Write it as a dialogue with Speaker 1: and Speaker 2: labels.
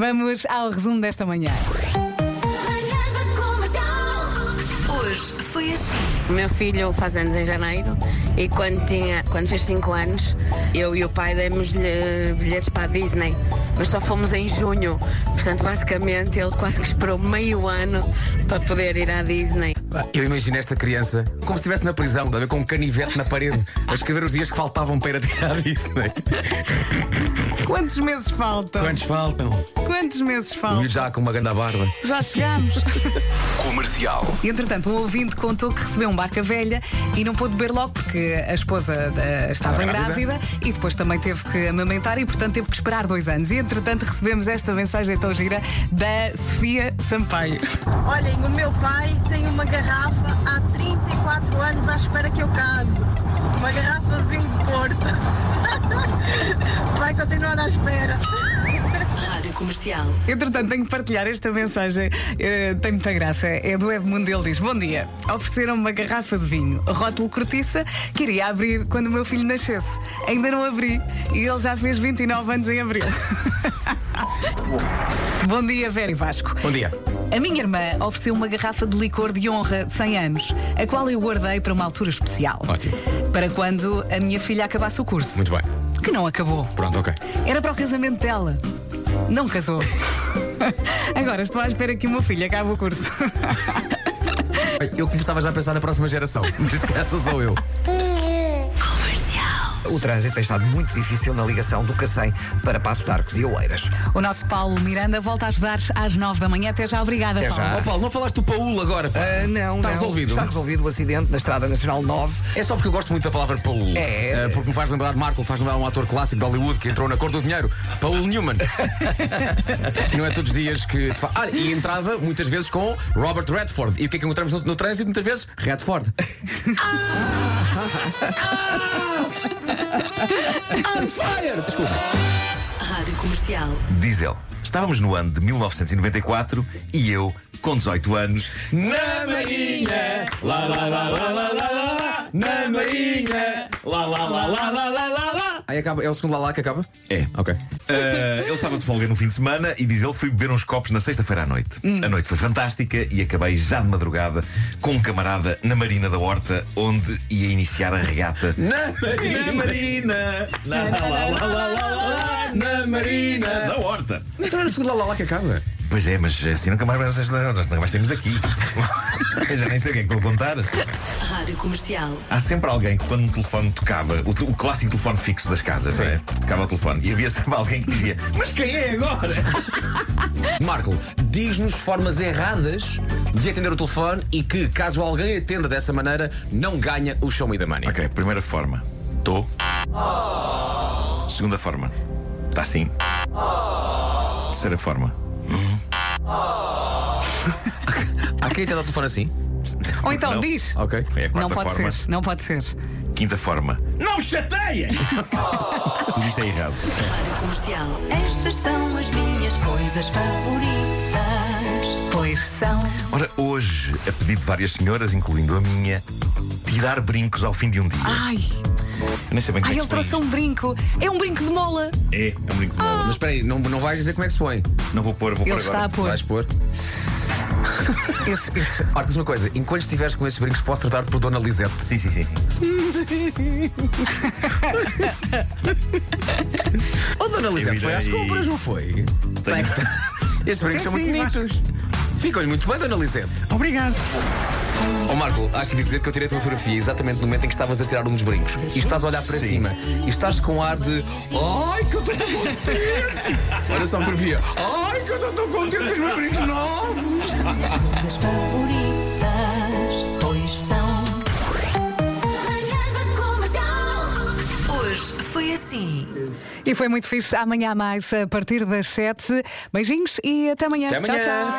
Speaker 1: Vamos ao resumo desta manhã.
Speaker 2: Manhãs da Comercial. Hoje foi assim.
Speaker 3: O meu filho faz anos em janeiro e quando, tinha, quando fez 5 anos, eu e o pai demos-lhe bilhetes para a Disney. Mas só fomos em junho, portanto, basicamente, ele quase que esperou meio ano para poder ir à Disney.
Speaker 4: Ah, Eu imagino esta criança como se estivesse na prisão, a ver, com um canivete na parede, a escrever os dias que faltavam para ir até à Disney.
Speaker 1: Quantos meses faltam?
Speaker 4: Quantos faltam?
Speaker 1: Quantos meses
Speaker 4: O
Speaker 1: faltam?
Speaker 4: Um miúdo já com uma grande barba.
Speaker 1: Já chegamos.
Speaker 5: Comercial.
Speaker 1: Entretanto, um ouvinte contou que recebeu um barca velha e não pôde beber logo porque a esposa eh, estava
Speaker 4: Estava grávida.
Speaker 1: grávida e depois também teve que amamentar e, portanto, teve que esperar dois anos. E, entretanto, recebemos esta mensagem tão gira da Sofia Sampaio.
Speaker 6: Olhem, o meu pai tem uma garrafa há 34 anos à espera que eu case. Uma garrafa de vinho de Porto. Vai continuar à espera.
Speaker 2: Rádio Comercial.
Speaker 1: Entretanto, tenho que partilhar esta mensagem. eh, tem muita graça. É do Edmundo. Ele diz: Bom dia. Ofereceram-me uma garrafa de vinho, rótulo cortiça, que iria abrir quando o meu filho nascesse. Ainda não abri e ele já fez 29 anos em abril. Bom dia, Vera e Vasco.
Speaker 4: Bom dia.
Speaker 1: A minha irmã ofereceu uma garrafa de licor de honra de 100 anos, a qual eu guardei para uma altura especial.
Speaker 4: Ótimo.
Speaker 1: Para quando a minha filha acabasse o curso.
Speaker 4: Muito bem.
Speaker 1: Que não acabou.
Speaker 4: Pronto, ok.
Speaker 1: Era para o casamento dela. Não casou. Agora estou à espera que o meu filho acabe o curso.
Speaker 4: Eu começava já a pensar na próxima geração. Disse que essa sou eu.
Speaker 7: O trânsito tem estado muito difícil na ligação do Cacém para Passo de Arcos e Oeiras.
Speaker 1: O nosso Paulo Miranda volta a ajudar às 9 da manhã. Até já, obrigada,
Speaker 7: Até
Speaker 1: Paulo.
Speaker 7: já.
Speaker 4: Ó Oh, Paulo, não falaste do Paulo agora? pá?
Speaker 7: Ah, não,
Speaker 4: Está
Speaker 7: não.
Speaker 4: resolvido,
Speaker 7: Está
Speaker 4: não é?
Speaker 7: resolvido o acidente na Estrada Nacional 9.
Speaker 4: É só porque eu gosto muito da palavra Paulo.
Speaker 7: É.
Speaker 4: Ah, porque me faz lembrar de Marco, faz lembrar um ator clássico de Hollywood que entrou na cor do dinheiro, Paul Newman. não é todos os dias que. fa- Ah, e entrava muitas vezes com Robert Redford. E o que é que encontramos no, no trânsito muitas vezes? Redford. On fire! Desculpa.
Speaker 2: Rádio Comercial.
Speaker 5: Diz ele. Estávamos no ano de 1994 e eu, com 18 anos, na Marinha, lá lá lá lá lá lá lá, na Marinha, lá lá lá lá lá lá lá lá.
Speaker 4: Aí acaba, é o segundo lá lá que acaba?
Speaker 5: É.
Speaker 4: Ok.
Speaker 5: Ah, ele estava de folga no fim de semana e diz ele fui beber uns copos na sexta-feira à noite. A noite foi fantástica e acabei já de madrugada com um camarada na Marina da Horta, onde ia iniciar a regata. Na Marina! Na Marina! Na, lá, lá, lá, lá, lá, lá, na Marina da Horta!
Speaker 4: Então era o segundo lá lá lá que acaba.
Speaker 5: Pois é, mas assim nunca mais nós nunca mais saímos daqui. Eu já nem sei o que é que vou contar.
Speaker 2: Rádio Comercial.
Speaker 5: Há sempre alguém que quando um telefone tocava, o, te- o clássico telefone fixo das casas, não é? Tocava o telefone e havia sempre alguém que dizia, mas quem é agora?
Speaker 4: Marco, diz-nos formas erradas de atender o telefone e que, caso alguém atenda dessa maneira, não ganha o show me the money.
Speaker 5: Ok, primeira forma. Tô. Segunda forma. Tá sim. Terceira forma.
Speaker 4: Há quem atenda o telefone assim?
Speaker 1: Ou então
Speaker 5: Não.
Speaker 1: diz.
Speaker 4: Ok.
Speaker 5: É a
Speaker 1: Não
Speaker 5: quarta
Speaker 1: pode
Speaker 5: forma.
Speaker 1: ser, não pode ser.
Speaker 5: Quinta forma. Não me chateia! Tudo isto é errado.
Speaker 2: Rádio Comercial. Estas são as minhas coisas favoritas.
Speaker 1: Pois são.
Speaker 5: Ora, hoje, a pedido de várias senhoras, incluindo a minha, tirar brincos ao fim de um dia.
Speaker 1: Ai,
Speaker 5: Eu nem sei bem como
Speaker 1: Ah. ai ele
Speaker 5: é que se põe
Speaker 1: trouxe
Speaker 5: isto.
Speaker 1: um brinco. É um brinco de mola.
Speaker 5: É, é um brinco de bola.
Speaker 4: Mas espera aí, não, não vais dizer como é que se põe.
Speaker 5: Mas Não vou pôr, vou
Speaker 1: Ele
Speaker 5: pôr
Speaker 1: está a
Speaker 5: agora.
Speaker 1: pôr.
Speaker 4: Vais pôr.
Speaker 1: Esse- esse-
Speaker 4: Ora, diz uma coisa: enquanto estiveres com estes brincos, posso tratar-te por Dona Lisette.
Speaker 5: Sim, sim, sim.
Speaker 4: Oh, Dona Lisette, foi às
Speaker 5: irei-
Speaker 4: compras, não foi?
Speaker 5: Tenho- um-
Speaker 4: Estes brincos são
Speaker 8: Sim,
Speaker 4: muito
Speaker 8: sim,
Speaker 4: bonitos. Ficam-lhe muito bem, Dona Lisette.
Speaker 8: Obrigado.
Speaker 4: Ó Marco, acho que dizer que eu tirei a tua fotografia exatamente no momento em que estavas a tirar um dos brincos e estás a olhar para
Speaker 5: Sim.
Speaker 4: cima e estás com um ar de Ai que eu estou tão contente! Olha só a fotografia Ai que eu estou tão contente com os meus brincos novos!
Speaker 2: As favoritas. Pois são.
Speaker 6: Manhãs da Comercial.
Speaker 2: Hoje foi assim.
Speaker 1: E foi muito fixe. Amanhã há mais, a partir das 7. Beijinhos e até amanhã.
Speaker 4: Até
Speaker 1: Tchau,
Speaker 4: amanhã.
Speaker 1: tchau.